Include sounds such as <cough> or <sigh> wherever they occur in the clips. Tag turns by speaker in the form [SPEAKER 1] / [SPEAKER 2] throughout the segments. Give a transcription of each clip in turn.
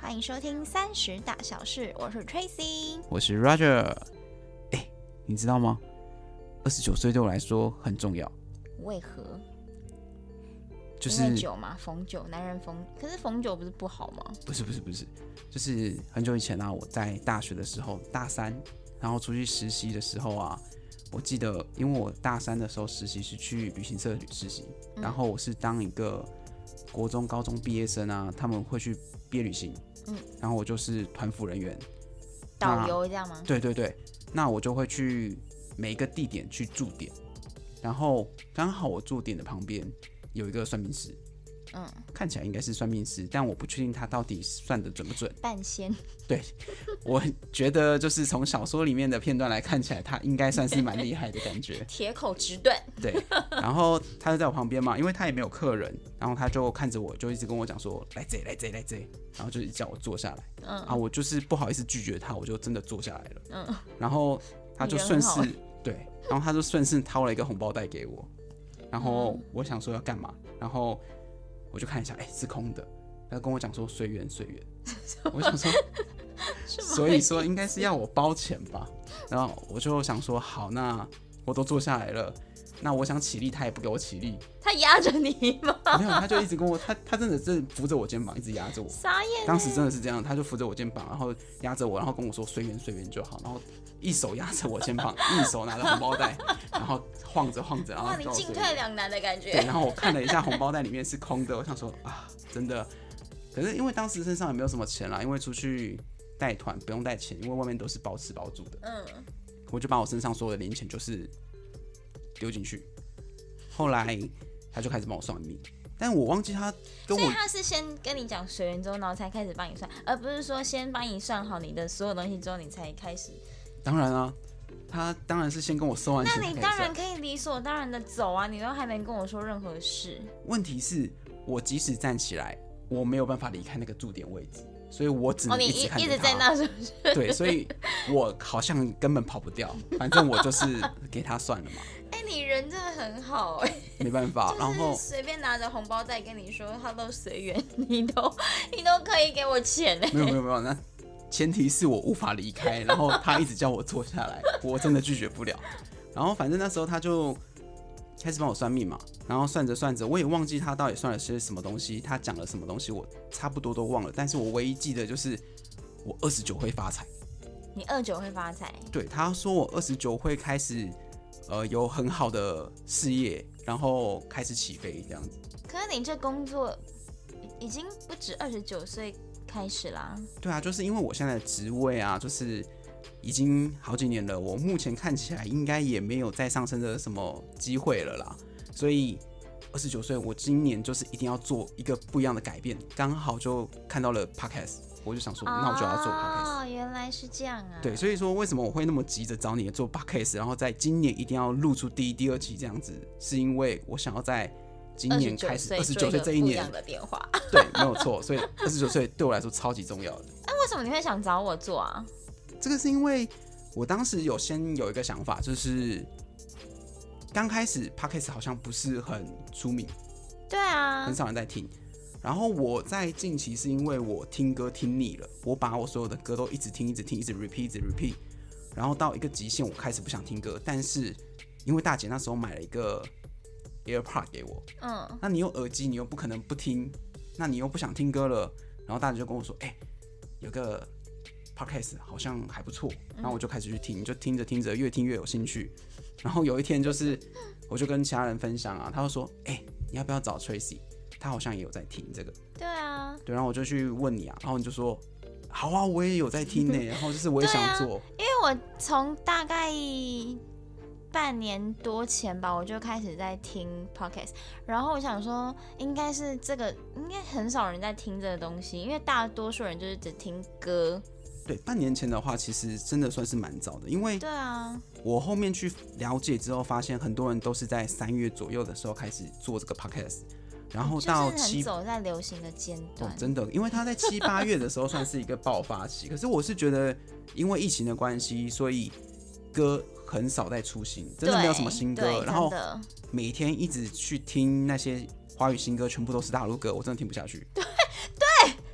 [SPEAKER 1] 欢迎收听《三十大小事》，我是 Tracy。
[SPEAKER 2] 我是 Roger。哎、你知道吗？二十九岁对我来说很重要，
[SPEAKER 1] 为何？
[SPEAKER 2] 就
[SPEAKER 1] 因
[SPEAKER 2] 是
[SPEAKER 1] 为酒嘛，逢酒男人逢，可是逢酒不是不好吗？
[SPEAKER 2] 不是不是不是，就是很久以前啊，我在大学的时候，大三，然后出去实习的时候啊，我记得，因为我大三的时候实习是去旅行社实习，然后我是当一个国中、高中毕业生啊，他们会去毕业旅行，
[SPEAKER 1] 嗯，
[SPEAKER 2] 然后我就是团辅人员，
[SPEAKER 1] 导
[SPEAKER 2] 啊
[SPEAKER 1] 游这样吗？
[SPEAKER 2] 对对对，那我就会去每一个地点去驻点，然后刚好我驻点的旁边有一个算命师，
[SPEAKER 1] 嗯，
[SPEAKER 2] 看起来应该是算命师，但我不确定他到底算的准不准。
[SPEAKER 1] 半仙，。
[SPEAKER 2] 我觉得就是从小说里面的片段来看起来，他应该算是蛮厉害的感觉
[SPEAKER 1] 铁口直断。
[SPEAKER 2] 对，然后他就在我旁边嘛，因为他也没有客人，然后他就看着我，就一直跟我讲说来这里来这里来这里，然后就一直叫我坐下来。啊，
[SPEAKER 1] 嗯
[SPEAKER 2] 我就是不好意思拒绝他，我就真的坐下来了。
[SPEAKER 1] 嗯，
[SPEAKER 2] 然后他就
[SPEAKER 1] 你人
[SPEAKER 2] 顺
[SPEAKER 1] 很
[SPEAKER 2] 势
[SPEAKER 1] 好
[SPEAKER 2] 对，然后他就顺势掏了一个红包袋给我，然后我想说要干嘛，然后我就看一下，哎、是空的，他跟我讲说随缘随缘，
[SPEAKER 1] <laughs>
[SPEAKER 2] 我想说，所以说应该是要我包钱吧，然后我就想说好，那我都坐下来了，那我想起立，他也不给我起立，
[SPEAKER 1] 他压着你吗？
[SPEAKER 2] 没有，他就一直跟我，他他真的是扶着我肩膀，一直压着我，
[SPEAKER 1] 傻眼。
[SPEAKER 2] 当时真的是这样，他就扶着我肩膀，然后压着我，然后跟我说随缘随缘就好，然后一手压着我肩膀，一手拿着红包袋，然后晃着晃着，然后
[SPEAKER 1] 哇，你
[SPEAKER 2] 告诉
[SPEAKER 1] 进
[SPEAKER 2] 我
[SPEAKER 1] 退两难的感
[SPEAKER 2] 对，
[SPEAKER 1] 觉。
[SPEAKER 2] 然后我看了一下红包袋里面是空的，我 <laughs> 想说啊，真的，可是因为当时身上也没有什么钱啦，因为出去带团不用带钱，因为外面都是包吃包住的，
[SPEAKER 1] 嗯，
[SPEAKER 2] 我就把我身上所有的零钱就是丢进去，后来他就开始帮我算命，但我忘记他跟
[SPEAKER 1] 所以
[SPEAKER 2] 我
[SPEAKER 1] 他是先跟你讲水源之后，然后才开始帮你算，而不是说先帮你算好你的所有东西之后，你才开始。
[SPEAKER 2] 当然啊，他当然是先跟我收完钱
[SPEAKER 1] 那
[SPEAKER 2] 才开始
[SPEAKER 1] 你
[SPEAKER 2] 算。
[SPEAKER 1] 当然可以理所当然的走啊，你都还没跟我说任何事。
[SPEAKER 2] 问题是，我即使站起来，我没有办法离开那个驻点位置，所以我只
[SPEAKER 1] 哦，
[SPEAKER 2] 能
[SPEAKER 1] 你
[SPEAKER 2] 嗯直看
[SPEAKER 1] 一
[SPEAKER 2] 着
[SPEAKER 1] 直在
[SPEAKER 2] 他。
[SPEAKER 1] 那是不是？
[SPEAKER 2] 对，所以我好像根本跑不掉，反正我就是给他算了嘛，
[SPEAKER 1] 哎、你人真的很好哎、
[SPEAKER 2] 没办法。然
[SPEAKER 1] 就是
[SPEAKER 2] 后
[SPEAKER 1] 随便拿着红包袋跟你说 “hello 随缘”，你都你都可以给我钱哎、
[SPEAKER 2] 没有没有没有，那前提是我无法离开，然后他一直叫我坐下来，我真的拒绝不了。然后反正那时候他就开始帮我算命嘛，然后算着算着，我也忘记他到底算了些什么东西，他讲了什么东西，我差不多都忘了。但是我唯一记得就是我二十九会发财。
[SPEAKER 1] <laughs> 你二九会发财，
[SPEAKER 2] 对，他说我二十九会开始，呃，有很好的事业，然后开始起飞这样子。
[SPEAKER 1] 可是你这工作已经不止二十九岁开始啦，
[SPEAKER 2] 对啊，就是因为我现在的职位啊，就是已经好几年了，我目前看起来应该也没有再上升的什么机会了啦，所以。二十九岁，我今年就是一定要做一个不一样的改变。刚好就看到了 podcast，我就想说，那我就要做 podcast。
[SPEAKER 1] 哦，原来是这样啊。
[SPEAKER 2] 对，所以说为什么我会那么急着找你做 podcast，然后在今年一定要录出第一、第二集这样子，是因为我想要在今年开始二十九岁这一
[SPEAKER 1] 一
[SPEAKER 2] 年
[SPEAKER 1] 样，的变化。
[SPEAKER 2] 对，没有错，所以二十九岁对我来说超级重要的。
[SPEAKER 1] 那为什么你会想找我做啊？
[SPEAKER 2] 这个是因为我当时有先有一个想法，就是刚开始 podcast 好像不是很出名，
[SPEAKER 1] 对啊
[SPEAKER 2] 很，少人在听。然后我在近期是因为我听歌听腻了，我把我所有的歌都一直听，一直听，一直 repeat，一直 repeat。然后到一个极限，我开始不想听歌，但是因为大姐那时候买了一个 AirPod 给我，
[SPEAKER 1] 嗯，
[SPEAKER 2] 那你有耳机，你又不可能不听，那你又不想听歌了。然后大姐就跟我说：“哎、有个 podcast 好像还不错。”然后我就开始去听，就听着听着越听越有兴趣。然后有一天就是，我就跟其他人分享啊，他就说：“哎、你要不要找 Tracy？他好像也有在听这个。
[SPEAKER 1] 对啊，”
[SPEAKER 2] 对，然后我就去问你啊，然后你就说：“好啊，我也有在听呢、然后就是我也想做，
[SPEAKER 1] 因为我从大概半年多前吧，我就开始在听 podcast，然后我想说，应该是这个，应该很少人在听这个东西，因为大多数人就是只听歌。
[SPEAKER 2] 对，半年前的话，其实真的算是蛮早的，因为
[SPEAKER 1] 对啊，
[SPEAKER 2] 我后面去了解之后，发现很多人都是在三月左右的时候开始做这个 podcast，然后
[SPEAKER 1] 就是
[SPEAKER 2] 到
[SPEAKER 1] 很
[SPEAKER 2] 七、
[SPEAKER 1] 走在流行的尖
[SPEAKER 2] 哦
[SPEAKER 1] 端。
[SPEAKER 2] 真的，因为他在七八月的时候算是一个爆发期。可是我是觉得，因为疫情的关系，所以歌很少在出新，真的没有什么新
[SPEAKER 1] 对
[SPEAKER 2] 歌。
[SPEAKER 1] 对
[SPEAKER 2] 然后
[SPEAKER 1] 真的
[SPEAKER 2] 每天一直去听那些华语新歌，全部都是大陆歌，我真的听不下去。对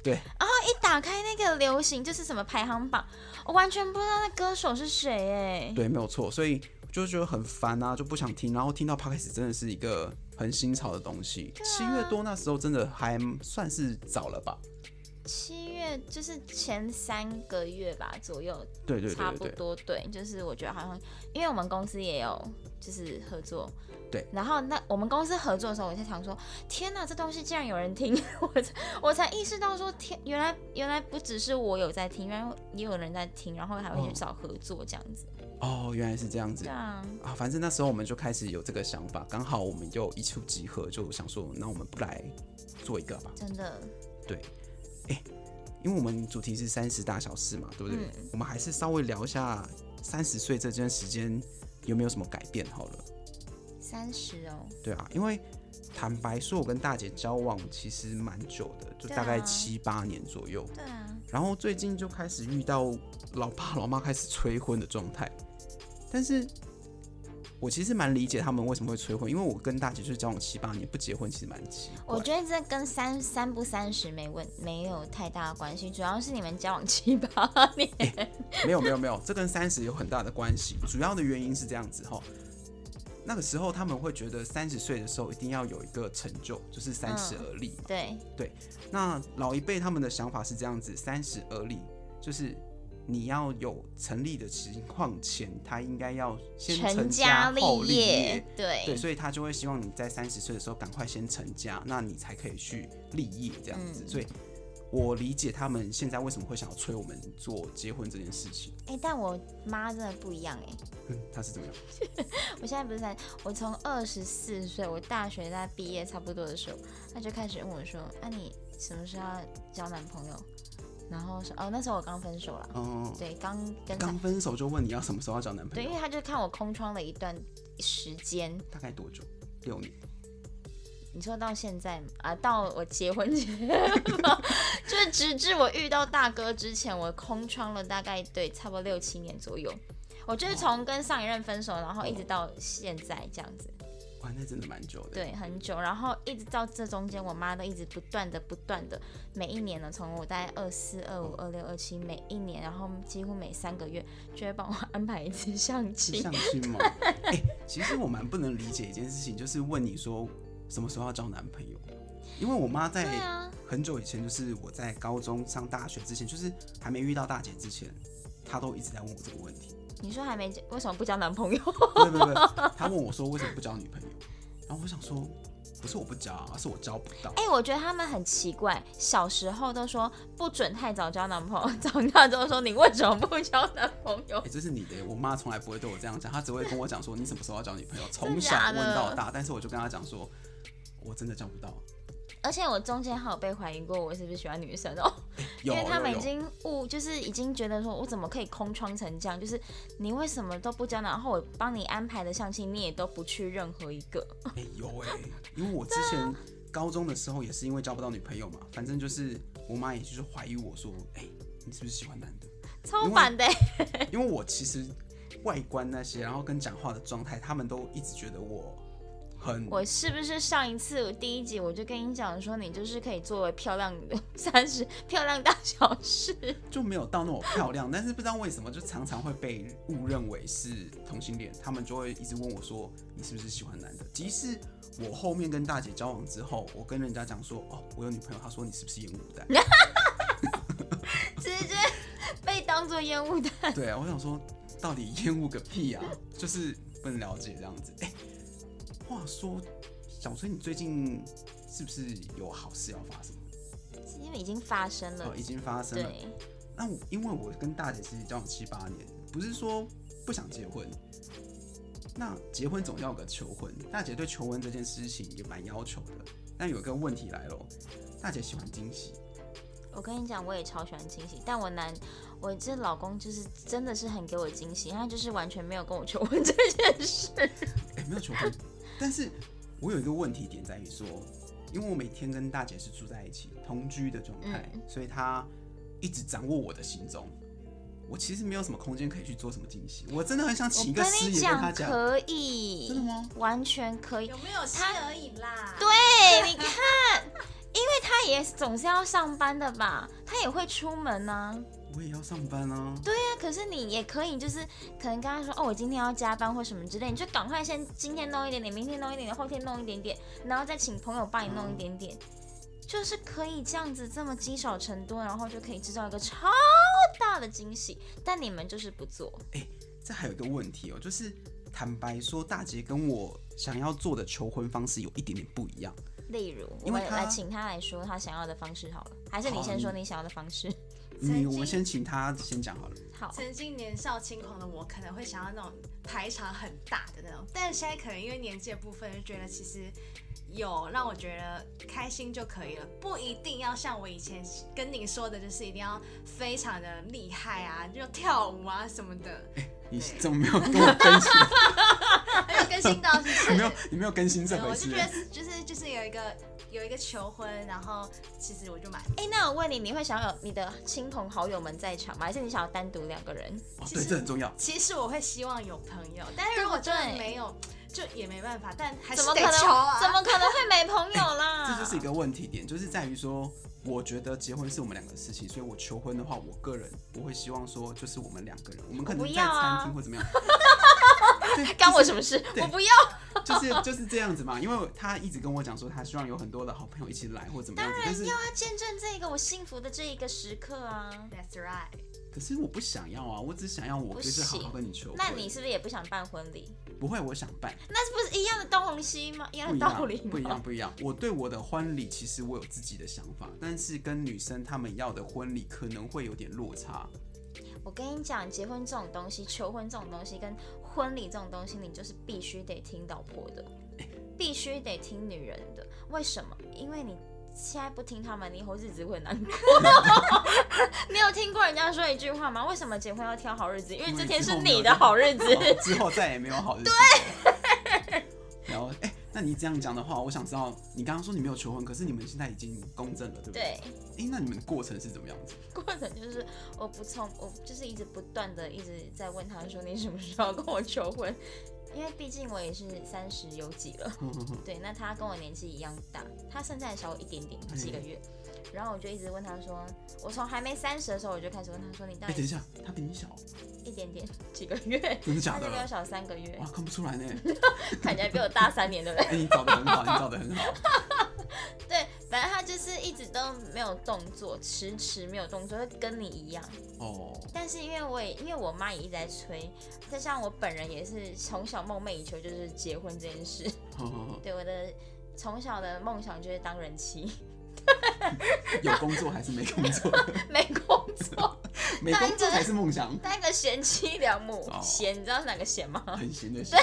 [SPEAKER 2] 对，
[SPEAKER 1] 一打开那个流行就是什么排行榜，我完全不知道那歌手是谁哎。
[SPEAKER 2] 对，没有错，所以就觉得很烦啊，就不想听。然后听到 podcast 真的是一个很新潮的东西。
[SPEAKER 1] 啊
[SPEAKER 2] 七、月多那时候真的还算是早了吧？
[SPEAKER 1] 七月就是前三个月吧左右，
[SPEAKER 2] 对对
[SPEAKER 1] 差
[SPEAKER 2] 对
[SPEAKER 1] 不
[SPEAKER 2] 对对，
[SPEAKER 1] 多对，就是我觉得好像，因为我们公司也有就是合作，
[SPEAKER 2] 对。
[SPEAKER 1] 然后那我们公司合作的时候，我在想说，天哪，这东西竟然有人听， <laughs> 我才我才意识到说，天，原来原来不只是我有在听，原来也有人在听，然后还会去
[SPEAKER 2] 哦
[SPEAKER 1] 找合作这样子。
[SPEAKER 2] 哦，原来是这样子
[SPEAKER 1] 对啊，
[SPEAKER 2] 啊！反正那时候我们就开始有这个想法，刚好我们又一触即合，就想说，那我们不来做一个吧？
[SPEAKER 1] 真的，
[SPEAKER 2] 对，哎、因为我们主题是三十大小事嘛，对不对？
[SPEAKER 1] 嗯
[SPEAKER 2] 我们还是稍微聊一下三十岁这段时间有没有什么改变好了。
[SPEAKER 1] 三十哦，
[SPEAKER 2] 对啊，因为坦白说，我跟大姐交往其实蛮久的，就
[SPEAKER 1] 对
[SPEAKER 2] 大概
[SPEAKER 1] 啊
[SPEAKER 2] 七八年左右。
[SPEAKER 1] 对啊，
[SPEAKER 2] 然后最近就开始遇到老爸老妈开始催婚的状态，但是我其实蛮理解他们为什么会催婚，因为我跟大姐就是交往七八年不结婚，其实蛮奇怪
[SPEAKER 1] 我。觉得这跟三三不三十没问没有太大的关系，主要是你们交往七八
[SPEAKER 2] <laughs>
[SPEAKER 1] 年，
[SPEAKER 2] 没有没有没有，这跟三十有很大的关系。主要的原因是这样子哈，那个时候他们会觉得三十岁的时候一定要有一个成就，就是三十
[SPEAKER 1] 嗯
[SPEAKER 2] 而立嘛。
[SPEAKER 1] 对，
[SPEAKER 2] 那老一辈他们的想法是这样子：三十而立，就是你要有成立的情况前，他应该要先成
[SPEAKER 1] 家
[SPEAKER 2] 后立
[SPEAKER 1] 业，对
[SPEAKER 2] 对，所以他就会希望你在三十岁的时候赶快先成家，那你才可以去立业这样子。
[SPEAKER 1] 嗯
[SPEAKER 2] 所以，我理解他们现在为什么会想要催我们做结婚这件事情。
[SPEAKER 1] 哎、但我妈真的不一样哎、
[SPEAKER 2] 嗯，他是怎么样？
[SPEAKER 1] 我现在不是在，我从二十四岁，我大学在毕业差不多的时候，她就开始问我说：“啊，你什么时候要交男朋友？”然后说：“哦，那时候我刚分手了，
[SPEAKER 2] 嗯，
[SPEAKER 1] 对，刚跟上
[SPEAKER 2] 刚分手就问你要什么时候要找男朋
[SPEAKER 1] 对，因
[SPEAKER 2] 友，
[SPEAKER 1] 为她就看我空窗了一段时间，
[SPEAKER 2] 大概多久？六年。
[SPEAKER 1] 你说到现在啊，到我结婚前 <laughs> 吧，就是直至我遇到大哥之前，我空窗了大概对差不多六七年左右。我就是从跟上一任分手，然后一直到现在这样子，
[SPEAKER 2] 哇，那真的蛮久的。，
[SPEAKER 1] 对，很久，然后一直到这中间，我妈都一直不断的、不断的，每一年呢，从我大概二四、二五、二六、二七，每一年，然后几乎每三个月就会帮我安排一次相
[SPEAKER 2] 是
[SPEAKER 1] 亲。
[SPEAKER 2] 相
[SPEAKER 1] <laughs>
[SPEAKER 2] 亲吗？哎、其实我蛮不能理解一件事情，就是问你说什么时候要交男朋友，因为我妈
[SPEAKER 1] 对
[SPEAKER 2] 在
[SPEAKER 1] 啊，
[SPEAKER 2] 很久以前，就是我在高中上大学之前，就是还没遇到大姐之前，她都一直在问我这个问
[SPEAKER 1] <laughs>
[SPEAKER 2] 题。
[SPEAKER 1] 你说还没结为什么不交男朋友？
[SPEAKER 2] 不不不，她问我说为什么不交女朋友，然后我想说，不是我不交啊，是我交不到。
[SPEAKER 1] <laughs> 哎、我觉得他们很奇怪，小时候都说不准太早交男朋友， <laughs> 长大之后说你为什么不交男朋友 <laughs>
[SPEAKER 2] 哎、？这是你的耶，我妈从来不会对我这样讲，她只会跟我讲说你什么时候要交女朋友，
[SPEAKER 1] 的
[SPEAKER 2] 从小
[SPEAKER 1] 假
[SPEAKER 2] 问
[SPEAKER 1] 的
[SPEAKER 2] 到大。但是我就跟她讲说，我真的交不到。
[SPEAKER 1] 而且我中间还有被怀疑过我是不是喜欢女生哦，
[SPEAKER 2] 有
[SPEAKER 1] 因为他
[SPEAKER 2] 有
[SPEAKER 1] 们已
[SPEAKER 2] 有
[SPEAKER 1] 经误，就是已经觉得说我怎么可以空窗成这样，就是你为什么都不交男，然后我帮你安排的相亲你也都不去任何一个，
[SPEAKER 2] 哎、有哎、因为我之前高中的时候也是因为交不到女朋友嘛，反正就是我妈也就是怀疑我说，哎、你是不是喜欢男的？ <laughs>
[SPEAKER 1] 超烦的欸、
[SPEAKER 2] 因为我其实外观那些，然后跟讲话的状态，他们都一直觉得我很
[SPEAKER 1] 我是不是上一次我第一集我就跟你讲说你就是可以作为漂亮的 <laughs> 三十漂亮大小事？
[SPEAKER 2] 就没有到那么漂亮， <laughs> 但是不知道为什么就常常会被误认为是同性恋，他们就会一直问我说你是不是喜欢男的？即使我后面跟大姐交往之后，我跟人家讲说哦我有女朋友，她说你是不是烟雾弹？
[SPEAKER 1] 直接被当做烟雾弹。
[SPEAKER 2] 对啊，我想说，到底厌恶个屁啊！就是不能了解这样子。哎、话说，小崔，你最近是不是有好事要发生？
[SPEAKER 1] 因为已经发生了，
[SPEAKER 2] 哦，已经发生了。
[SPEAKER 1] 对，
[SPEAKER 2] 那我因为我跟大姐其实交往七八年，不是说不想结婚，那结婚总要有个求婚。大姐对求婚这件事情也蛮要求的，但有一个问题来咯，大姐喜欢惊喜，
[SPEAKER 1] 我跟你讲，我也超喜欢惊喜，但我男，我这老公就是真的是很给我惊喜，他就是完全没有跟我求婚这件事。
[SPEAKER 2] 哎、没有求婚，但是我有一个问题点在于说，因为我每天跟大姐是住在一起同居的状态，
[SPEAKER 3] 嗯
[SPEAKER 2] 所以她一直掌握我的行踪。我其实没有什么空间可以去做什么惊喜，我真的很想
[SPEAKER 1] 我
[SPEAKER 2] 请一个
[SPEAKER 1] 跟
[SPEAKER 2] 师
[SPEAKER 1] 你
[SPEAKER 2] 爷跟她
[SPEAKER 1] 讲，
[SPEAKER 2] 讲，
[SPEAKER 1] 可
[SPEAKER 2] 真的
[SPEAKER 1] 以，
[SPEAKER 2] 吗？
[SPEAKER 3] <laughs>
[SPEAKER 1] 完全可以。
[SPEAKER 3] 有没有吃而已啦？
[SPEAKER 1] 对，你看，他也总是要上班的吧？他也会出门呢、
[SPEAKER 2] 我也要上班啊。
[SPEAKER 1] 对啊，可是你也可以，就是可能跟他说，哦，我今天要加班或什么之类，你就赶快先今天弄一点点，明天弄一点点，后天弄一点点，然后再请朋友帮你弄一点点，就是可以这样子这么积少成多，然后就可以制造一个超大的惊喜。但你们就是不做，
[SPEAKER 2] 这还有一个问题哦，就是坦白说，大姐跟我想要做的求婚方式有一点点不一样。
[SPEAKER 1] 例如，我
[SPEAKER 2] 因为
[SPEAKER 1] 们
[SPEAKER 2] 他
[SPEAKER 1] 来请他来说他想要的方式好了，还是你
[SPEAKER 2] 好
[SPEAKER 1] 先
[SPEAKER 2] 你
[SPEAKER 1] 说你想要的方式？
[SPEAKER 2] 你
[SPEAKER 3] 曾
[SPEAKER 2] 我
[SPEAKER 3] 经
[SPEAKER 2] 们先请她先讲好了。
[SPEAKER 1] 好，
[SPEAKER 3] 曾经年少轻狂的我，可能会想要那种排场很大的那种，但是现在可能因为年纪的部分，就觉得其实有让我觉得开心就可以了，不一定要像我以前跟你说的，就是一定要非常的厉害啊，就跳舞啊什么的，
[SPEAKER 2] 你
[SPEAKER 3] 对
[SPEAKER 2] <laughs> 怎么没有跟我更新？ <laughs>
[SPEAKER 3] 没有更新到是不是？
[SPEAKER 2] 你 <laughs> 没有你没有更新这
[SPEAKER 3] 对，
[SPEAKER 2] 回
[SPEAKER 3] 我就
[SPEAKER 2] 事
[SPEAKER 3] 觉。得就是就是有一个有一个求婚，然后其实我就买。
[SPEAKER 1] 哎、那我问你，你会想要有你的亲朋好友们在场吗？还是你想要单独两个人？
[SPEAKER 2] 哦，
[SPEAKER 3] 其
[SPEAKER 2] 对，
[SPEAKER 3] 实
[SPEAKER 2] 这很重要。
[SPEAKER 3] 其实我会希望有朋友，但是如果真的没有，就也没办法，但还是
[SPEAKER 1] 怎么
[SPEAKER 3] 得
[SPEAKER 1] 可能？
[SPEAKER 3] 求啊。
[SPEAKER 1] 怎么可能会没朋友啦？
[SPEAKER 2] <laughs>
[SPEAKER 1] <laughs>
[SPEAKER 2] 这就是一个问题点，就是在于说，我觉得结婚是我们两个的事情，所以我求婚的话，我个人我会希望说，就是我们两个人，我们可能
[SPEAKER 1] 我不
[SPEAKER 2] 在
[SPEAKER 1] 要啊
[SPEAKER 2] 餐厅或怎么样，
[SPEAKER 1] 干我什么事？
[SPEAKER 2] 对
[SPEAKER 1] 我不要。
[SPEAKER 2] 就是就是这样子嘛。因为他一直跟我讲说，他希望有很多的好朋友一起来或怎么样子，但是
[SPEAKER 1] 要见证这个我幸福的这一个时刻啊！
[SPEAKER 3] That's right。
[SPEAKER 2] 可是我不想要啊，我只想要我
[SPEAKER 1] 不
[SPEAKER 2] 就是好好
[SPEAKER 1] 行
[SPEAKER 2] 跟你求婚。
[SPEAKER 1] 那你是不是也不想办婚礼？
[SPEAKER 2] 不会，我想办，
[SPEAKER 1] 那是不是一样的东西吗？一
[SPEAKER 2] 不
[SPEAKER 1] 样的
[SPEAKER 2] 一
[SPEAKER 1] 道理
[SPEAKER 2] 样，
[SPEAKER 1] 吗？
[SPEAKER 2] 不一样，不一样。我对我的婚礼其实我有自己的想法，但是跟女生她们要的婚礼可能会有点落差。
[SPEAKER 1] 我跟你讲，结婚这种东西，求婚这种东西，跟婚礼这种东西，你就是必须得听老婆的，必须得听女人的。为什么？因为你现在不听他们，你以后日子会难过。你有听过人家说一句话吗？为什么结婚要挑好日子？因为这天是你的好日子。
[SPEAKER 2] 哦 <laughs> 之后再也没有好日子。对。然后，哎、那你这样讲的话，我想知道，你刚刚说你没有求婚，可是你们现在已经公证了，对不
[SPEAKER 1] 对。
[SPEAKER 2] 对？哎、那你们的过程是怎么样子？
[SPEAKER 1] 过程就是我不从，我就是一直不断的一直在问他说你什么时候要跟我求婚，因为毕竟我也是三十有几了，对，那他跟我年纪一样大，他现在小我一点点，
[SPEAKER 2] 嗯
[SPEAKER 1] 几个月。然后我就一直问他说，我从还没三十的时候我就开始问他说，你到
[SPEAKER 2] 哎、等
[SPEAKER 1] 底
[SPEAKER 2] 一下，他比你小，
[SPEAKER 1] 一点点几个月？
[SPEAKER 2] 真
[SPEAKER 1] 他
[SPEAKER 2] 的假
[SPEAKER 1] 是比我
[SPEAKER 2] 的？
[SPEAKER 1] 小三个月
[SPEAKER 2] 哇，，看不出来呢。
[SPEAKER 1] 看起来比我大三年，对不对？ <laughs>
[SPEAKER 2] 哎、你找的很好，你找的很好。
[SPEAKER 1] 对，反正他就是一直都没有动作，迟迟没有动作，就跟你一样。
[SPEAKER 2] 哦，
[SPEAKER 1] 但是因为我也因为我妈也一直在催，再加上我本人也是从小梦寐以求就是结婚这件事， <laughs>
[SPEAKER 2] 呵呵呵
[SPEAKER 1] 对我的从小的梦想就是当人妻， <laughs>
[SPEAKER 2] 有工作还是没工作？
[SPEAKER 1] 没工作，
[SPEAKER 2] 没工作才是梦想。
[SPEAKER 1] 当一个贤妻良母
[SPEAKER 2] 哦。
[SPEAKER 1] 贤，你知道是哪个贤吗？ <laughs>
[SPEAKER 2] 很行的行，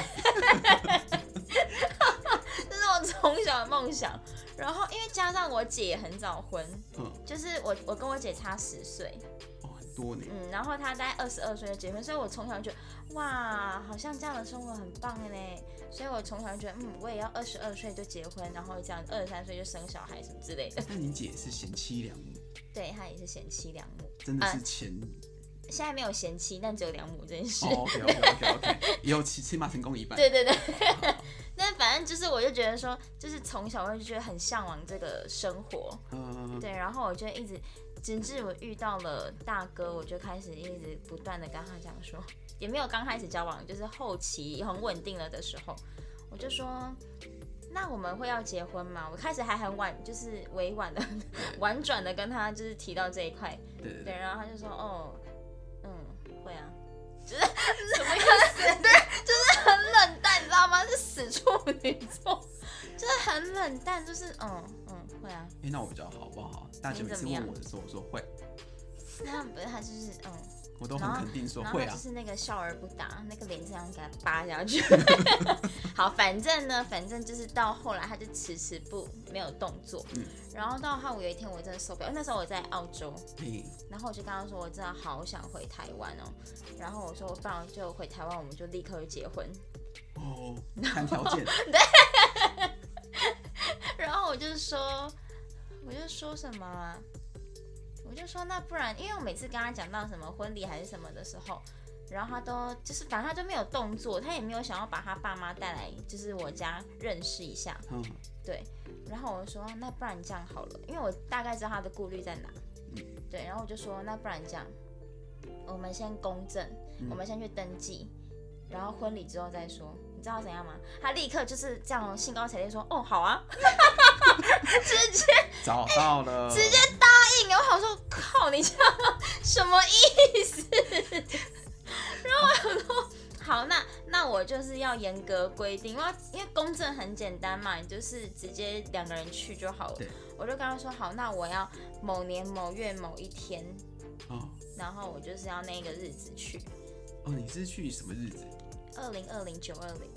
[SPEAKER 1] 这是我从小的梦想。然后因为加上我姐也很早婚，
[SPEAKER 2] 嗯，
[SPEAKER 1] 就是我我跟我姐差十岁，
[SPEAKER 2] 哦，很多呢。
[SPEAKER 1] 嗯，然后她大概二十二岁就结婚，所以我从小就觉得哇，好像这样的生活很棒的嘞。所以我从小就觉得，嗯，我也要二十二岁就结婚，然后这样二十三岁就生小孩什么之类的。 <laughs>
[SPEAKER 2] 那你姐是贤妻良母，
[SPEAKER 1] 对她也是贤妻良母，
[SPEAKER 2] 真的是前、
[SPEAKER 1] 现在没有贤妻，但只有良母这件事。
[SPEAKER 2] 哦，OK OK OK OK，也有起起码成功一半。
[SPEAKER 1] <laughs> 对对对，但反正就是，我就觉得说，就是从小我就觉得很向往这个生活，
[SPEAKER 2] <laughs> 嗯，
[SPEAKER 1] 对，然后我就一直，直至我遇到了大哥，我就开始一直不断的跟他讲说，也没有刚开始交往，就是后期很稳定了的时候，我就说，那我们会要结婚吗？我开始还很婉，就是委婉的、 <laughs> 婉转的跟他就是提到这一块，
[SPEAKER 2] 对对
[SPEAKER 1] 对，
[SPEAKER 2] 对，
[SPEAKER 1] 然后他就说，哦，嗯，会啊。 <laughs> 就是对，就是很冷淡，你知道吗？是死处女座， <laughs> 就是很冷淡，就是嗯嗯会啊，
[SPEAKER 2] 哎、那我比较好不好？大姐每次问我的时候，我说会，
[SPEAKER 1] 那不是他就是嗯，
[SPEAKER 2] 我都很肯定说
[SPEAKER 1] 然后
[SPEAKER 2] 会
[SPEAKER 1] 他就
[SPEAKER 2] 啊。
[SPEAKER 1] 是那个笑而不答，那个脸这样给他扒下
[SPEAKER 2] <laughs>
[SPEAKER 1] 去。好，反正呢，反正就是到后来他就迟迟不没有动作，
[SPEAKER 2] 嗯
[SPEAKER 1] 然后到后来有一天我真的受不了，那时候我在澳洲，
[SPEAKER 2] 嘿，
[SPEAKER 1] 然后我就跟他说我真的好想回台湾哦，然后我说不然就回台湾，我们就立刻去结婚。
[SPEAKER 2] 哦，看条
[SPEAKER 1] <laughs>
[SPEAKER 2] 件，
[SPEAKER 1] 然后我就说，我就说什么啊、我就说那不然，因为我每次跟他讲到什么婚礼还是什么的时候，然后他都就是反正他就没有动作，他也没有想要把他爸妈带来就是我家认识一下，
[SPEAKER 2] 嗯，
[SPEAKER 1] 对。然后我就说那不然这样好了，因为我大概知道他的顾虑在哪，对，然后我就说那不然这样，我们先公证，我们先去登记，然后婚礼之后再说。你知道他怎样吗？他立刻就是这样兴高采烈说：“哦，好啊！”直接
[SPEAKER 2] 找到了，
[SPEAKER 1] 直接答应。然后我想说：“靠，你这样什么意思？”然后我想说：“好，那那我就是要严格规定，因为因为公证很简单嘛，你就是直接两个人去就好了
[SPEAKER 2] 对。”
[SPEAKER 1] 我就跟他说：“好，那我要某年某月某一天，
[SPEAKER 2] 哦
[SPEAKER 1] 然后我就是要那个日子去，
[SPEAKER 2] 哦，你是去什么日子？
[SPEAKER 1] 二零二零九二零，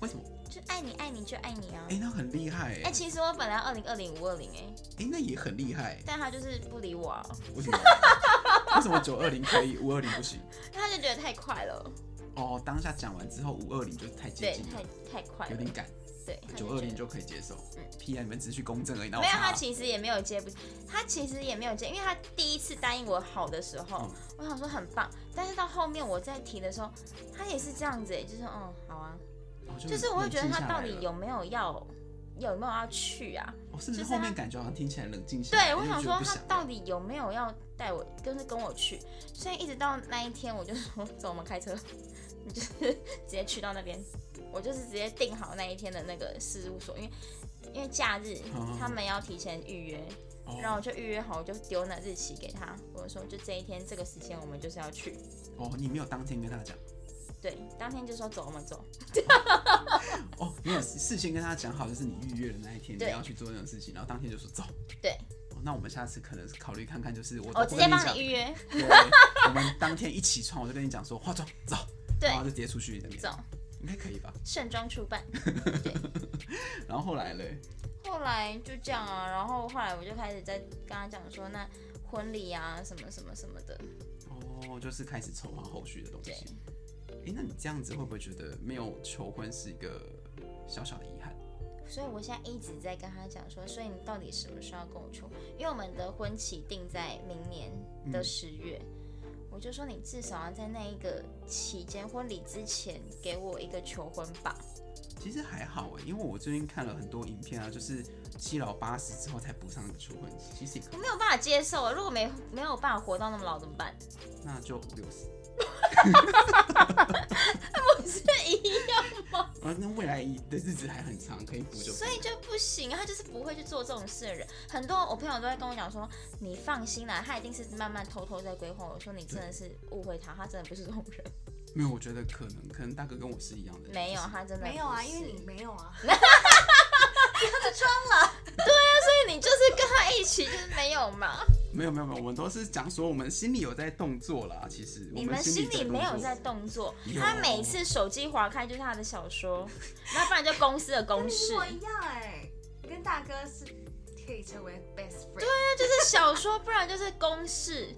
[SPEAKER 2] 为什么？
[SPEAKER 1] 就爱你爱你就爱你啊！
[SPEAKER 2] 哎、那很厉害哎、
[SPEAKER 1] 哎、其实我本来二零二零五二零哎，
[SPEAKER 2] 哎、那也很厉害、
[SPEAKER 1] 但他就是不理我啊，
[SPEAKER 2] 为什么？ <laughs> 为什么九二零可以，五二零不行？
[SPEAKER 1] 他就觉得太快了，
[SPEAKER 2] 哦，当下讲完之后，五二零就太接
[SPEAKER 1] 对，
[SPEAKER 2] 近了
[SPEAKER 1] 太，太快
[SPEAKER 2] 有
[SPEAKER 1] 了，
[SPEAKER 2] 点赶。
[SPEAKER 1] 对，他
[SPEAKER 2] 九
[SPEAKER 1] 觉
[SPEAKER 2] 二
[SPEAKER 1] 得
[SPEAKER 2] 零就可以接受。
[SPEAKER 1] 嗯
[SPEAKER 2] 屁啊！你们只是去公证而已，那我
[SPEAKER 1] 没有，
[SPEAKER 2] 差
[SPEAKER 1] 他其实也没有接不，他其实也没有接，因为他第一次答应我好的时候，
[SPEAKER 2] 嗯
[SPEAKER 1] 我想说很棒，但是到后面我在提的时候，他也是这样子哎，就是嗯好啊，
[SPEAKER 2] 哦就
[SPEAKER 1] 就是我会觉得
[SPEAKER 2] 冷静
[SPEAKER 1] 他
[SPEAKER 2] 下来
[SPEAKER 1] 到底
[SPEAKER 2] 了
[SPEAKER 1] 有没有要有没有要去啊？
[SPEAKER 2] 哦，甚至
[SPEAKER 1] 就是
[SPEAKER 2] 后
[SPEAKER 1] 他
[SPEAKER 2] 面感觉好像听起来冷静下来，
[SPEAKER 1] 对，我
[SPEAKER 2] 就
[SPEAKER 1] 想
[SPEAKER 2] 觉得
[SPEAKER 1] 说
[SPEAKER 2] 不
[SPEAKER 1] 他
[SPEAKER 2] 了
[SPEAKER 1] 到底有没有要带我，就是跟我去，所以一直到那一天，我就说 <laughs> 走，我们开车，你就是直接去到那边，我就是直接订好那一天的那个事务所，因为因为假日
[SPEAKER 2] 嗯
[SPEAKER 1] 他们要提前预约，
[SPEAKER 2] 哦
[SPEAKER 1] 然后我就预约好，我就丢那日期给他，我就说就这一天这个时间我们就是要去，
[SPEAKER 2] 哦，你没有当天跟他讲
[SPEAKER 1] 对，当天就说走，我们走，
[SPEAKER 2] 哦，你
[SPEAKER 1] <laughs>
[SPEAKER 2] 有事先跟他讲好，就是你预约的那一天你
[SPEAKER 1] 对
[SPEAKER 2] 要去做那种事情，然后当天就说走。
[SPEAKER 1] 对
[SPEAKER 2] 哦，那我们下次可能是考虑看看，就是我
[SPEAKER 1] 哦我直接帮你
[SPEAKER 2] 预。
[SPEAKER 1] 预约，
[SPEAKER 2] 对，我们当天一起床我就跟你讲说化妆走，
[SPEAKER 1] <laughs> 对
[SPEAKER 2] 然，后就直接出去那边
[SPEAKER 1] 走，，
[SPEAKER 2] 应该可以吧？
[SPEAKER 1] 盛装出办。
[SPEAKER 2] 然后后来嘞，
[SPEAKER 1] 后来就这样啊，然后后来我就开始在跟他讲说，那婚礼啊，什么什么什么的，
[SPEAKER 2] 哦，就是开始筹划后续的东西
[SPEAKER 1] 对。
[SPEAKER 2] 哎、那你这样子会不会觉得没有求婚是一个小小的遗憾？
[SPEAKER 1] 所以我现在一直在跟他讲说，所以你到底什么时候要跟我求婚？因为我们的婚期定在明年的十月，我就说你至少要在那一个期间，婚礼之前给我一个求婚吧。
[SPEAKER 2] 其实还好哎，因为我最近看了很多影片啊，就是七老八十之后才补上求婚，其实也可
[SPEAKER 1] 我
[SPEAKER 2] 以，
[SPEAKER 1] 没有办法接受啊，如果没没有办法活到那么老怎么办？
[SPEAKER 2] 那就五六
[SPEAKER 1] <laughs>
[SPEAKER 2] 十。
[SPEAKER 1] 是
[SPEAKER 2] 啊，那未来的日子还很长，可以补就补
[SPEAKER 1] 所。以就不行，他就是不会去做这种事的人。很多我朋友都在跟我讲说，你放心啦，他一定是慢慢偷偷在规划。我说你真的是误会他，他真的不是这种人，
[SPEAKER 2] 没有，我觉得可能可能大哥跟我是一样的人，
[SPEAKER 1] 没有，
[SPEAKER 2] 就是
[SPEAKER 1] 他真的
[SPEAKER 3] 没有
[SPEAKER 1] 不
[SPEAKER 3] 啊，
[SPEAKER 1] <laughs> 是
[SPEAKER 3] 因为你没有啊。
[SPEAKER 1] 所以你就是跟他一起就是没有嘛，
[SPEAKER 2] 没有没有没有，我们都是讲说我们心里有在动作啦。其实我
[SPEAKER 1] 你们心
[SPEAKER 2] 心
[SPEAKER 1] 里没有在
[SPEAKER 2] 动
[SPEAKER 1] 动作。
[SPEAKER 2] 有
[SPEAKER 1] 他每次手机划开就是他的小说， <laughs> 那不然就公司的公式
[SPEAKER 3] <laughs> 跟，我一样哎、跟大哥是可以成为 best friend。对，
[SPEAKER 1] 那就是小说，不然就是公式，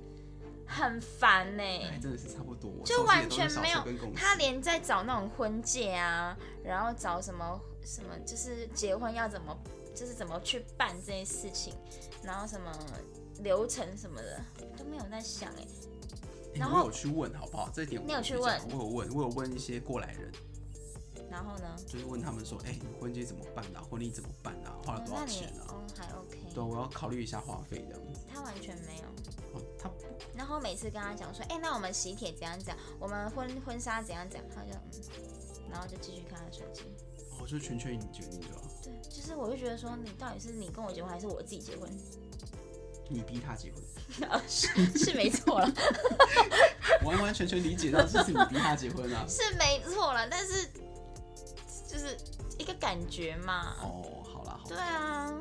[SPEAKER 1] 很烦欸呢、
[SPEAKER 2] 作，哎，真的是差不多，我
[SPEAKER 1] 就完全没有
[SPEAKER 2] 手机也都是小时候跟公，司
[SPEAKER 1] 他连在找那种婚戒啊，然后找什么什么，就是结婚要怎么，就是怎么去办这件事情，然后什么流程什么的都没有在想哎、
[SPEAKER 2] 哎
[SPEAKER 1] 然
[SPEAKER 2] 我
[SPEAKER 1] 后
[SPEAKER 2] 有去问好不好？这一点我
[SPEAKER 1] 你有去
[SPEAKER 2] 比较
[SPEAKER 1] 问
[SPEAKER 2] 我有问，我有问一些过来人，
[SPEAKER 1] 然后呢，
[SPEAKER 2] 就是问他们说，哎、你们婚戒怎么办啊？婚礼怎么办啊？花了
[SPEAKER 1] 哦
[SPEAKER 2] 多
[SPEAKER 1] 那
[SPEAKER 2] 少
[SPEAKER 1] 你
[SPEAKER 2] 钱啊？
[SPEAKER 1] 哦还 OK，
[SPEAKER 2] 对，我要考虑一下花费这样子。
[SPEAKER 1] 他完全没有。
[SPEAKER 2] 哦，他
[SPEAKER 1] 然后每次跟他讲说，哎、那我们喜帖怎样怎样，我们婚婚纱怎样怎样，他就嗯，然后就继续看他的手机。
[SPEAKER 2] 我、哦、就全权你决定就好，
[SPEAKER 1] 对，就是我就觉得说，你到底是你跟我结婚还是我自己结婚？ <laughs>
[SPEAKER 2] 你逼他结婚， <laughs>
[SPEAKER 1] 是是没错啦，。
[SPEAKER 2] 完完全全理解到就是你逼他结婚啊
[SPEAKER 1] 是没错啦，但是就是一个感觉嘛。
[SPEAKER 2] 哦，好啦好
[SPEAKER 1] 对
[SPEAKER 2] 啦，
[SPEAKER 1] 啊，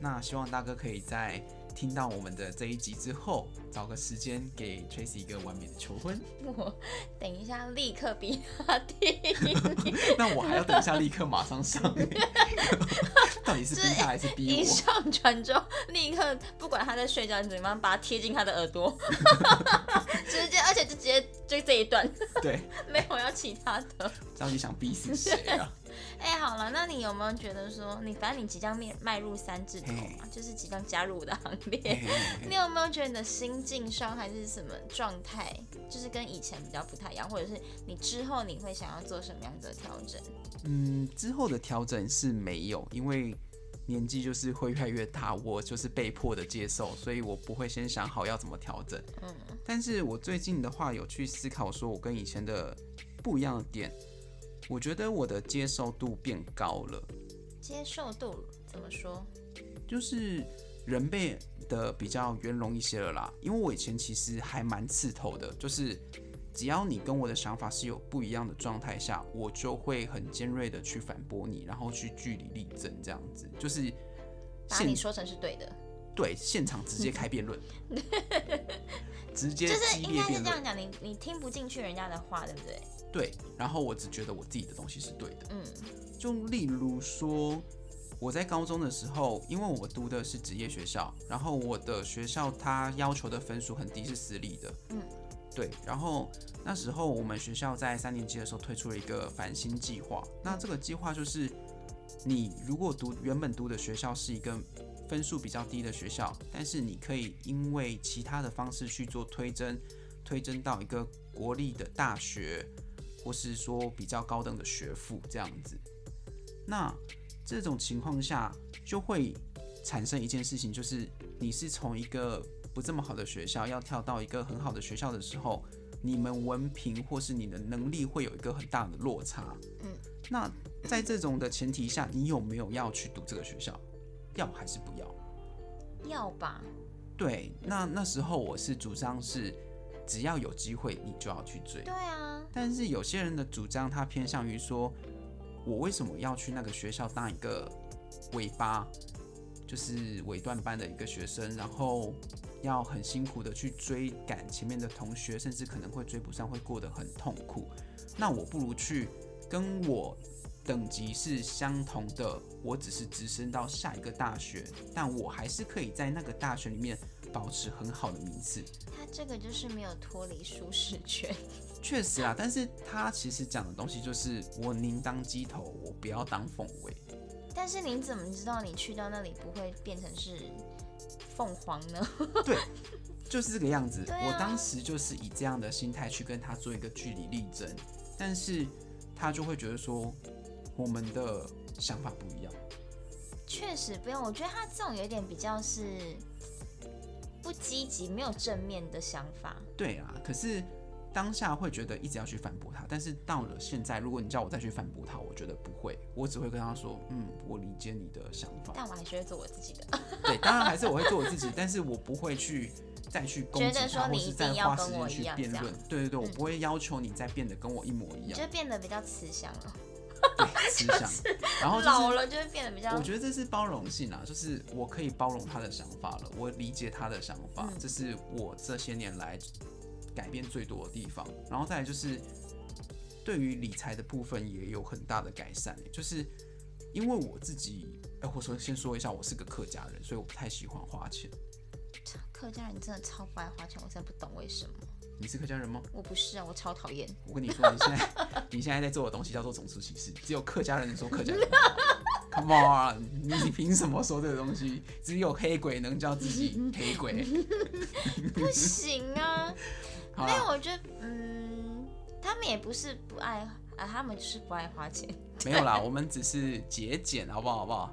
[SPEAKER 2] 那希望大哥可以在听到我们的这一集之后，找个时间给 Tracy 一个完美的求婚。
[SPEAKER 1] 我等一下立刻逼他听，
[SPEAKER 2] 那我还要等一下立刻马上上、到底是逼他还是逼
[SPEAKER 1] 一
[SPEAKER 2] 我？
[SPEAKER 1] 上传之后立刻不管他在睡觉，你怎么样把它贴近他的耳朵，直接而且就直接就这一段，
[SPEAKER 2] 对，
[SPEAKER 1] 没有要其他的。
[SPEAKER 2] 到底想逼死谁啊？
[SPEAKER 1] 哎、好了，那你有没有觉得说，你反正你即将面迈入三字头嘛，就是即将加入我的行列，你有没有觉得你的心境上还是什么状态，就是跟以前比较不太一样，或者是你之后你会想要做什么样子的调整？
[SPEAKER 2] 嗯，之后的调整是没有，因为年纪就是会越来越大，我就是被迫的接受，所以我不会先想好要怎么调整。
[SPEAKER 1] 嗯
[SPEAKER 2] 但是我最近的话有去思考，说我跟以前的不一样的点，我觉得我的接受度变高了，
[SPEAKER 1] 接受度怎么说？
[SPEAKER 2] 就是人变得比较圆融一些了啦。因为我以前其实还蛮刺头的，就是只要你跟我的想法是有不一样的状态下，我就会很尖锐的去反驳你，然后去据理力争，这样子就是
[SPEAKER 1] 把你说成是对的，
[SPEAKER 2] 对现场直接开
[SPEAKER 1] <laughs>
[SPEAKER 2] 辩论，直接
[SPEAKER 1] 就是
[SPEAKER 2] 激
[SPEAKER 1] 应
[SPEAKER 2] 烈
[SPEAKER 1] 该是
[SPEAKER 2] 辩
[SPEAKER 1] 这样
[SPEAKER 2] 论。
[SPEAKER 1] 讲，你你听不进去人家的话，对不对？
[SPEAKER 2] 对，然后我只觉得我自己的东西是对的。
[SPEAKER 1] 嗯
[SPEAKER 2] 就例如说，我在高中的时候，因为我读的是职业学校，然后我的学校它要求的分数很低，是私立的。
[SPEAKER 1] 嗯，
[SPEAKER 2] 对。然后那时候我们学校在三年级的时候推出了一个繁星计划，那这个计划就是，你如果读原本读的学校是一个分数比较低的学校，但是你可以因为其他的方式去做推甄，推甄到一个国立的大学，或是说比较高等的学府这样子。那这种情况下就会产生一件事情，就是你是从一个不这么好的学校要跳到一个很好的学校的时候，你们文凭或是你的能力会有一个很大的落差。
[SPEAKER 1] 嗯，
[SPEAKER 2] 那在这种的前提下，你有没有要去读这个学校？要还是不要？
[SPEAKER 1] 要吧，
[SPEAKER 2] 对，那那时候我是主张是，只要有机会你就要去追。
[SPEAKER 1] 对啊，
[SPEAKER 2] 但是有些人的主张，他偏向于说，我为什么要去那个学校当一个尾巴，就是尾段班的一个学生，然后要很辛苦的去追赶前面的同学，甚至可能会追不上，会过得很痛苦。那我不如去跟我等级是相同的，我只是直升到下一个大学，但我还是可以在那个大学里面保持很好的名次。
[SPEAKER 1] 他这个就是没有脱离舒适圈。 <laughs>
[SPEAKER 2] 确实啊，但是他其实讲的东西就是我宁当鸡头，我不要当凤尾。
[SPEAKER 1] 但是你怎么知道你去到那里不会变成是凤凰呢？
[SPEAKER 2] 就是这个样子。
[SPEAKER 1] 对啊
[SPEAKER 2] 我当时就是以这样的心态去跟他做一个据理力争，但是他就会觉得说我们的想法不一样。
[SPEAKER 1] 确实不用，我觉得他这种有点比较是不积极、没有正面的想法。
[SPEAKER 2] 对啊，可是当下会觉得一直要去反驳他，但是到了现在，如果你叫我再去反驳他，我觉得不会，我只会跟他说，嗯，我理解你的想法。
[SPEAKER 1] 但我还是会做我自己的，
[SPEAKER 2] 对，当然还是我会做我自己，但是我不会去再去攻击
[SPEAKER 1] 觉得说
[SPEAKER 2] 他，或
[SPEAKER 1] 你
[SPEAKER 2] 是
[SPEAKER 1] 一
[SPEAKER 2] 再
[SPEAKER 1] 定要
[SPEAKER 2] 花时
[SPEAKER 1] 跟我
[SPEAKER 2] 间
[SPEAKER 1] 一
[SPEAKER 2] 去
[SPEAKER 1] 样
[SPEAKER 2] 辩
[SPEAKER 1] 这样
[SPEAKER 2] 论。对对对，我
[SPEAKER 1] 嗯
[SPEAKER 2] 不会要求你再变得跟我一模一
[SPEAKER 1] 你
[SPEAKER 2] 样
[SPEAKER 1] 就，变得比较慈祥了。
[SPEAKER 2] 对思
[SPEAKER 1] <laughs>
[SPEAKER 2] 想。然后
[SPEAKER 1] 老
[SPEAKER 2] 就是，
[SPEAKER 1] 了就会变得比较
[SPEAKER 2] 我觉得这是包容性啊，就是我可以包容他的想法了，我理解他的想法，
[SPEAKER 1] 嗯
[SPEAKER 2] 这是我这些年来改变最多的地方。然后再来就是，对于理财的部分也有很大的改善、欸就是因为我自己，哎、我首先说一下，我是个客家人，所以我不太喜欢花钱。
[SPEAKER 1] 客家人真的超不爱花钱，我真的不懂为什么。
[SPEAKER 2] 你是客家人吗？
[SPEAKER 1] 我不是啊，我超讨
[SPEAKER 2] <laughs>
[SPEAKER 1] 厌。
[SPEAKER 2] 我跟你说，你现在你现在在做的东西叫做种族歧视，只有客家人能说客家人。Come on，你你凭什么说这个东西？只有黑鬼能叫自己黑鬼。
[SPEAKER 1] 不行啊，
[SPEAKER 2] 好
[SPEAKER 1] 没有，
[SPEAKER 2] 啦，
[SPEAKER 1] 我觉得嗯，他们也不是不爱啊，他们就是不爱花钱。
[SPEAKER 2] 没有啦，我们只是节俭，好不好？好不好？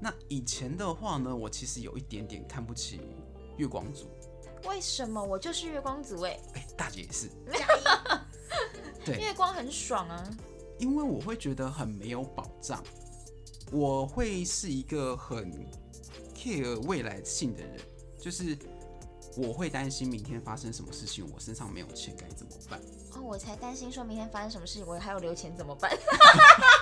[SPEAKER 2] 那以前的话呢，我其实有一点点看不起月光族，
[SPEAKER 1] 为什么我就是月光族哎、
[SPEAKER 2] 哎、大姐也是，对
[SPEAKER 1] 月光很爽啊，
[SPEAKER 2] 因为我会觉得很没有保障，我会是一个很 care 未来性的人，就是我会担心明天发生什么事情，我身上没有钱该怎么办？ <laughs>
[SPEAKER 1] 哦，我才担心说明天发生什么事情，我还有留钱怎么办？ <laughs>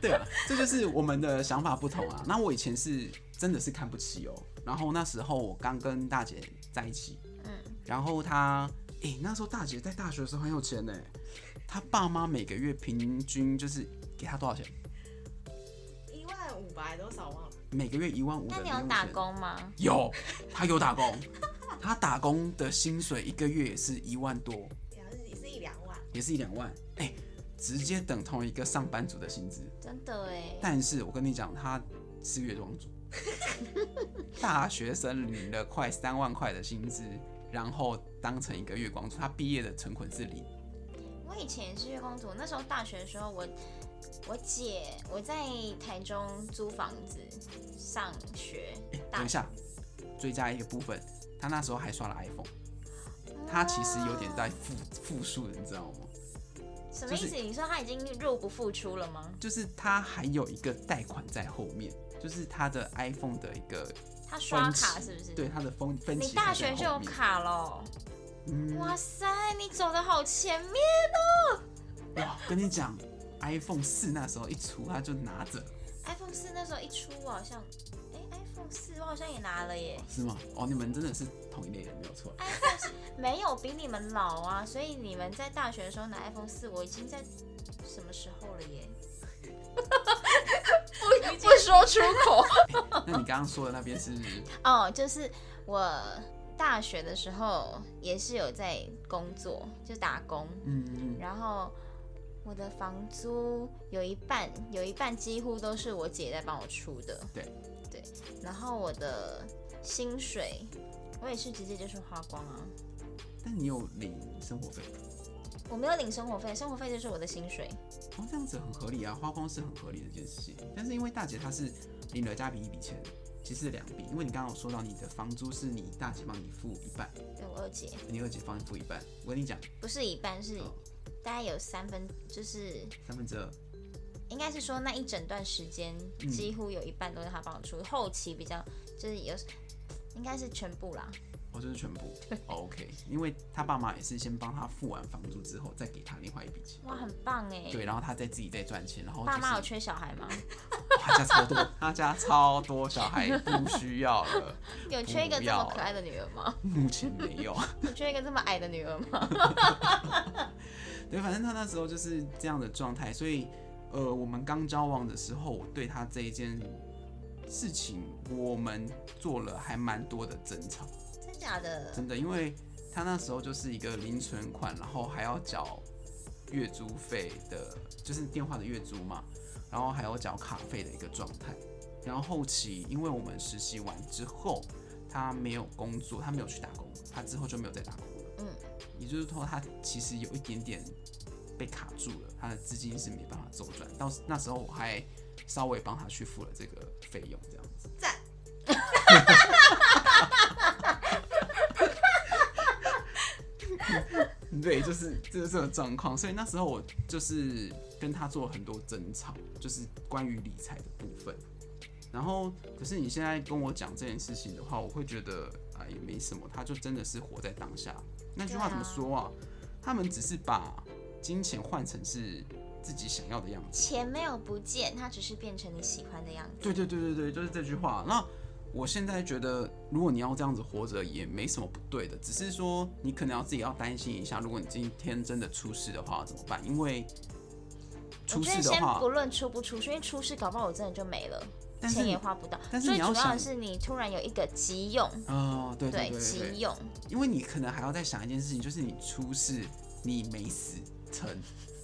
[SPEAKER 2] 对啊，这就是我们的想法不同啊。那我以前是真的是看不起哦，然后那时候我刚跟大姐在一起，
[SPEAKER 1] 嗯，
[SPEAKER 2] 然后她，诶、那时候大姐在大学的时候很有钱呢，她爸妈每个月平均就是给她多少钱？
[SPEAKER 3] 一万五吧，还多少忘了？
[SPEAKER 2] 每个月一万五的
[SPEAKER 1] 那你
[SPEAKER 2] 零
[SPEAKER 1] 有
[SPEAKER 2] 用
[SPEAKER 1] 打
[SPEAKER 2] 钱
[SPEAKER 1] 工吗？
[SPEAKER 2] 有，他有打工，他打工的薪水一个月也是一万多，
[SPEAKER 3] 两是是一两万，
[SPEAKER 2] 也是一两万。哎、直接等同一个上班族的薪资。
[SPEAKER 1] 真的哎，
[SPEAKER 2] 但是我跟你讲，他是月光族，大学生领了快三万块的薪资，然后当成一个月光族，他毕业的存款是零。
[SPEAKER 1] 我以前也是月光族，那时候大学的时候我，我姐我在台中租房子上学，
[SPEAKER 2] 诶
[SPEAKER 1] 大
[SPEAKER 2] 哎等一下，追加一个部分，他那时候还刷了 iPhone，他其实有点在负负数的，你知道吗？
[SPEAKER 1] 啊什么意思？
[SPEAKER 2] 就
[SPEAKER 1] 你说他已经入不敷出了吗？
[SPEAKER 2] 就是他还有一个贷款在后面，就是他的 iPhone 的一个
[SPEAKER 1] 他刷
[SPEAKER 2] 分期
[SPEAKER 1] 卡是不是？
[SPEAKER 2] 对，他的分分期
[SPEAKER 1] 你
[SPEAKER 2] 还
[SPEAKER 1] 大
[SPEAKER 2] 在
[SPEAKER 1] 学就
[SPEAKER 2] 后
[SPEAKER 1] 有
[SPEAKER 2] 面，
[SPEAKER 1] 卡喽。
[SPEAKER 2] 嗯，
[SPEAKER 1] 哇塞，你走的好前面，
[SPEAKER 2] 哇，跟你讲，iPhone 四那时候一出，他就拿着，
[SPEAKER 1] iPhone 四那时候一出，我好像，哎、i p h o n e 四我好像也拿了耶。
[SPEAKER 2] 是吗？哦，你们真的是同一类人，没有错。
[SPEAKER 1] iPhone 4没有比你们老啊，所以你们在大学的时候拿 iPhone 四，我已经在什么时候了耶？
[SPEAKER 3] 不
[SPEAKER 1] <laughs> 不说出口。
[SPEAKER 2] 那你刚刚说的那边是
[SPEAKER 1] <laughs> 哦，就是我大学的时候也是有在工作，就打工，
[SPEAKER 2] 嗯，
[SPEAKER 1] 然后我的房租有一半，有一半几乎都是我姐在帮我出的。
[SPEAKER 2] 对
[SPEAKER 1] 对，然后我的薪水我也是直接就是花光啊，
[SPEAKER 2] 但你有领生活费，
[SPEAKER 1] 我没有领生活费，生活费就是我的薪水。
[SPEAKER 2] 哦，这样子很合理啊，花光是很合理的一件事情。但是因为大姐她是领了家比一笔钱，其实是两笔，因为你刚刚有说到你的房租是你大姐帮你付一半，
[SPEAKER 1] 对我二姐
[SPEAKER 2] 你二姐帮你付一半。我跟你讲，
[SPEAKER 1] 不是一半，是
[SPEAKER 2] 哦
[SPEAKER 1] 大概有三分，就是
[SPEAKER 2] 三分之二，
[SPEAKER 1] 应该是说那一整段时间
[SPEAKER 2] 嗯
[SPEAKER 1] 几乎有一半都是他帮我出，后期比较就是有。应该是全部啦，
[SPEAKER 2] 哦，就是全部。哦 OK，因为她爸妈也是先帮她付完房租之后，再给她另外一笔钱。
[SPEAKER 1] 哇，很棒哎！
[SPEAKER 2] 对，然后她再自己再赚钱，然后、就是、哦
[SPEAKER 1] 爸妈有缺小孩
[SPEAKER 2] <laughs>
[SPEAKER 1] 吗？
[SPEAKER 2] 他家超多，他家超多小孩，
[SPEAKER 1] <laughs>
[SPEAKER 2] 不需要了。
[SPEAKER 1] 有缺一个
[SPEAKER 2] 不
[SPEAKER 1] 这
[SPEAKER 2] 要
[SPEAKER 1] 么可爱的女儿吗？
[SPEAKER 2] 目前没有。 <laughs>
[SPEAKER 1] 有缺一个这么矮的女儿吗？
[SPEAKER 2] 对，反正他那时候就是这样的状态，所以呃，我们刚交往的时候，我对他这一件事情，我们做了还蛮多的争吵，
[SPEAKER 1] 真假的？
[SPEAKER 2] 真的，因为他那时候就是一个零存款，然后还要缴月租费的，就是电话的月租嘛，然后还要缴卡费的一个状态。然后后期，因为我们实习完之后，他没有工作，他没有去打工，他之后就没有再打工了。
[SPEAKER 1] 嗯，
[SPEAKER 2] 也就是说，他其实有一点点被卡住了，他的资金是没办法周转。到那时候，我还稍微帮他去付了这个费用，这样子。
[SPEAKER 3] 赞。
[SPEAKER 2] <laughs> 对，就是就是这个状况，所以那时候我就是跟他做了很多争吵，就是关于理财的部分。然后，可是你现在跟我讲这件事情的话，我会觉得啊也没什么，他就真的是活在当下。那句话怎么说啊？他们只是把金钱换成是自己想要的样子。
[SPEAKER 1] 钱没有不见，它只是变成你喜欢的样子。
[SPEAKER 2] 对对对对对，就是这句话。那我现在觉得，如果你要这样子活着，也没什么不对的，只是说你可能要自己要担心一下，如果你今天真的出事的话怎么办？因为
[SPEAKER 1] 我
[SPEAKER 2] 出
[SPEAKER 1] 觉得
[SPEAKER 2] 事的
[SPEAKER 1] 先
[SPEAKER 2] 话
[SPEAKER 1] 不，论出不出去，因为出事搞不好我真的就没了，
[SPEAKER 2] 但是
[SPEAKER 1] 钱
[SPEAKER 2] 你
[SPEAKER 1] 也花不到。
[SPEAKER 2] 但是
[SPEAKER 1] 最
[SPEAKER 2] 你要
[SPEAKER 1] 主要的
[SPEAKER 2] 想
[SPEAKER 1] 是你突然有一个急用，
[SPEAKER 2] 哦，对对对对
[SPEAKER 1] 急
[SPEAKER 2] 对，
[SPEAKER 1] 用，
[SPEAKER 2] 因为你可能还要再想一件事情，就是你出事你没死成，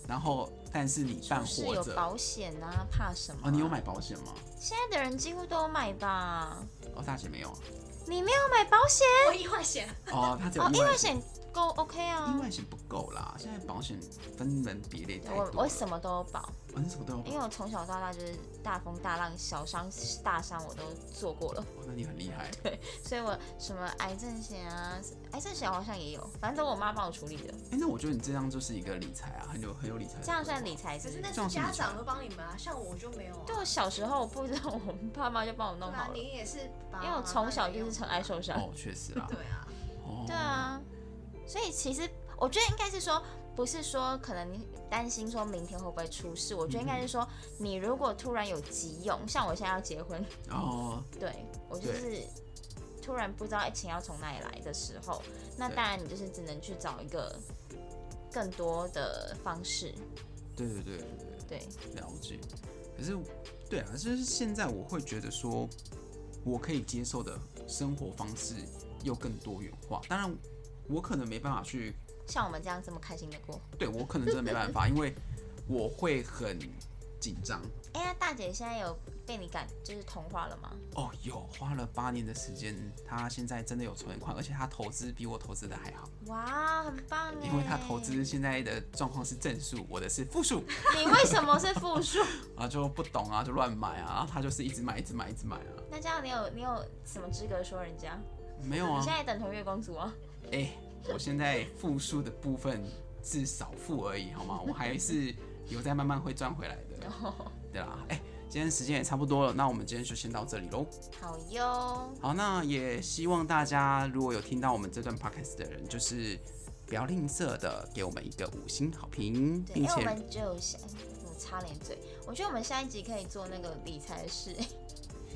[SPEAKER 2] 然后但是你半
[SPEAKER 1] 出事
[SPEAKER 2] 活
[SPEAKER 1] 有
[SPEAKER 2] 着。
[SPEAKER 1] 保险啊，怕什么啊、
[SPEAKER 2] 哦，你有买保险吗？
[SPEAKER 1] 现在的人几乎都有买吧？
[SPEAKER 2] 哦，大姐没有啊。
[SPEAKER 1] 你没有买保险
[SPEAKER 3] 我意外险，
[SPEAKER 2] 哦，她只有
[SPEAKER 1] 哦，
[SPEAKER 2] 意
[SPEAKER 1] 意
[SPEAKER 2] 外
[SPEAKER 1] 外
[SPEAKER 2] 险。
[SPEAKER 1] 险够 OK 啊
[SPEAKER 2] 意。外险不够啦，现在保险分门别类太多
[SPEAKER 1] 我
[SPEAKER 2] 了。
[SPEAKER 1] 我什么都有保，
[SPEAKER 2] 哦你什么都有保
[SPEAKER 1] 因为我从小到大就是大风大浪、小伤大伤我都做过了，
[SPEAKER 2] 哦，那你很厉害。
[SPEAKER 1] 所以我什么癌症险啊，癌症险我好像也有，反正都我妈帮我处理的。
[SPEAKER 2] 哎、那我觉得你这样就是一个理财啊，很有很有理财的规
[SPEAKER 1] 这
[SPEAKER 2] 划。
[SPEAKER 1] 样算理财是
[SPEAKER 3] 可
[SPEAKER 1] 不是？
[SPEAKER 3] 是那
[SPEAKER 2] 这样
[SPEAKER 3] 是
[SPEAKER 2] 是你
[SPEAKER 3] 家
[SPEAKER 2] 家
[SPEAKER 3] 长会帮你们啊，像我就没有啊。
[SPEAKER 1] 对我小时候我不知道，我爸妈就帮我弄
[SPEAKER 3] 对啊
[SPEAKER 1] 好，了，
[SPEAKER 3] 你也是爸
[SPEAKER 1] 因
[SPEAKER 3] 爸妈妈帮你用，
[SPEAKER 1] 为我从
[SPEAKER 2] 啊
[SPEAKER 1] 小就是很爱受伤。
[SPEAKER 2] 哦，确实啦。
[SPEAKER 3] <laughs> 对啊，
[SPEAKER 2] 哦，
[SPEAKER 1] 对。啊，所以其实我觉得应该是说，不是说可能你担心说明天会不会出事，我觉得应该是
[SPEAKER 2] 嗯
[SPEAKER 1] 说，你如果突然有急用，像我现在要结婚， <laughs>
[SPEAKER 2] 哦，
[SPEAKER 1] 对我就是突然不知道哎钱要从哪里来的时候，那
[SPEAKER 2] 对
[SPEAKER 1] 当然你就是只能去找一个更多的方式，
[SPEAKER 2] 对对对对
[SPEAKER 1] 对，
[SPEAKER 2] 对，了解。可是，对啊，就是现在我会觉得说，我可以接受的生活方式又更多元化。当然，我可能没办法去，
[SPEAKER 1] 像我们这样这么开心的过，
[SPEAKER 2] 对我可能真的没办法，因为我会很紧张。
[SPEAKER 1] 哎、那大姐现在有被你感就是同化了吗？
[SPEAKER 2] 哦，有花了八年的时间，他现在真的有存款，而且他投资比我投资的还好，
[SPEAKER 1] 哇，很棒哎！
[SPEAKER 2] 因为他投，资 <laughs> 现在的状况是正数，我的是负数，
[SPEAKER 1] 你为什么是负数？
[SPEAKER 2] 啊就不懂啊就乱买啊，然后他就是一直买一直买一直买啊，
[SPEAKER 1] 那这样你有你有什么资格说人家？
[SPEAKER 2] 没有
[SPEAKER 1] 你
[SPEAKER 2] 啊
[SPEAKER 1] 现，在等同月光族啊？
[SPEAKER 2] 哎、我现在负数的部分是少负而已，好吗？我还是有在慢慢会赚回来的，
[SPEAKER 1] 哦
[SPEAKER 2] 对啦，哎、今天时间也差不多了，那我们今天就先到这里喽。
[SPEAKER 1] 好哟，
[SPEAKER 2] 好，那也希望大家如果有听到我们这段 podcast 的人，就是不要吝啬的给我们一个五星好评，
[SPEAKER 1] 对，
[SPEAKER 2] 并
[SPEAKER 1] 因为我
[SPEAKER 2] 且
[SPEAKER 1] 们只有下，我擦脸嘴，我觉得我们下一集可以做那个理财事，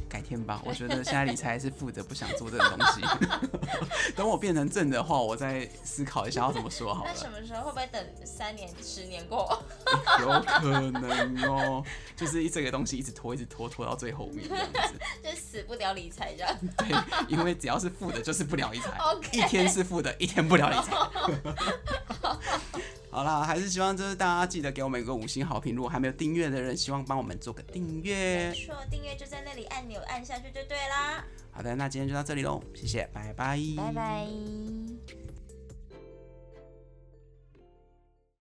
[SPEAKER 2] 改天吧。我觉得现在理财是负责不想做这个东西，等我变成正的话，我再思考一下要怎么说好
[SPEAKER 1] 那什
[SPEAKER 2] 了。
[SPEAKER 1] 么时候会不会等三年、十年过后？ <laughs>
[SPEAKER 2] 有可能哦，就是这个东西一直拖，一直拖，拖到最后面这样子。
[SPEAKER 1] 就死不了理财这样。
[SPEAKER 2] 对，因为只要是负的，就是不了理财
[SPEAKER 1] OK
[SPEAKER 2] 一天是负的，一天不了理财。 <laughs> 好啦，还是希望就是大家记得给我们一个五星好评。如果还没有订阅的人，希望帮我们做个订阅
[SPEAKER 1] 没。错，订阅就在那里按钮按下去就对啦。
[SPEAKER 2] 好的，那今天就到这里喽，谢谢，拜拜，
[SPEAKER 1] 拜拜。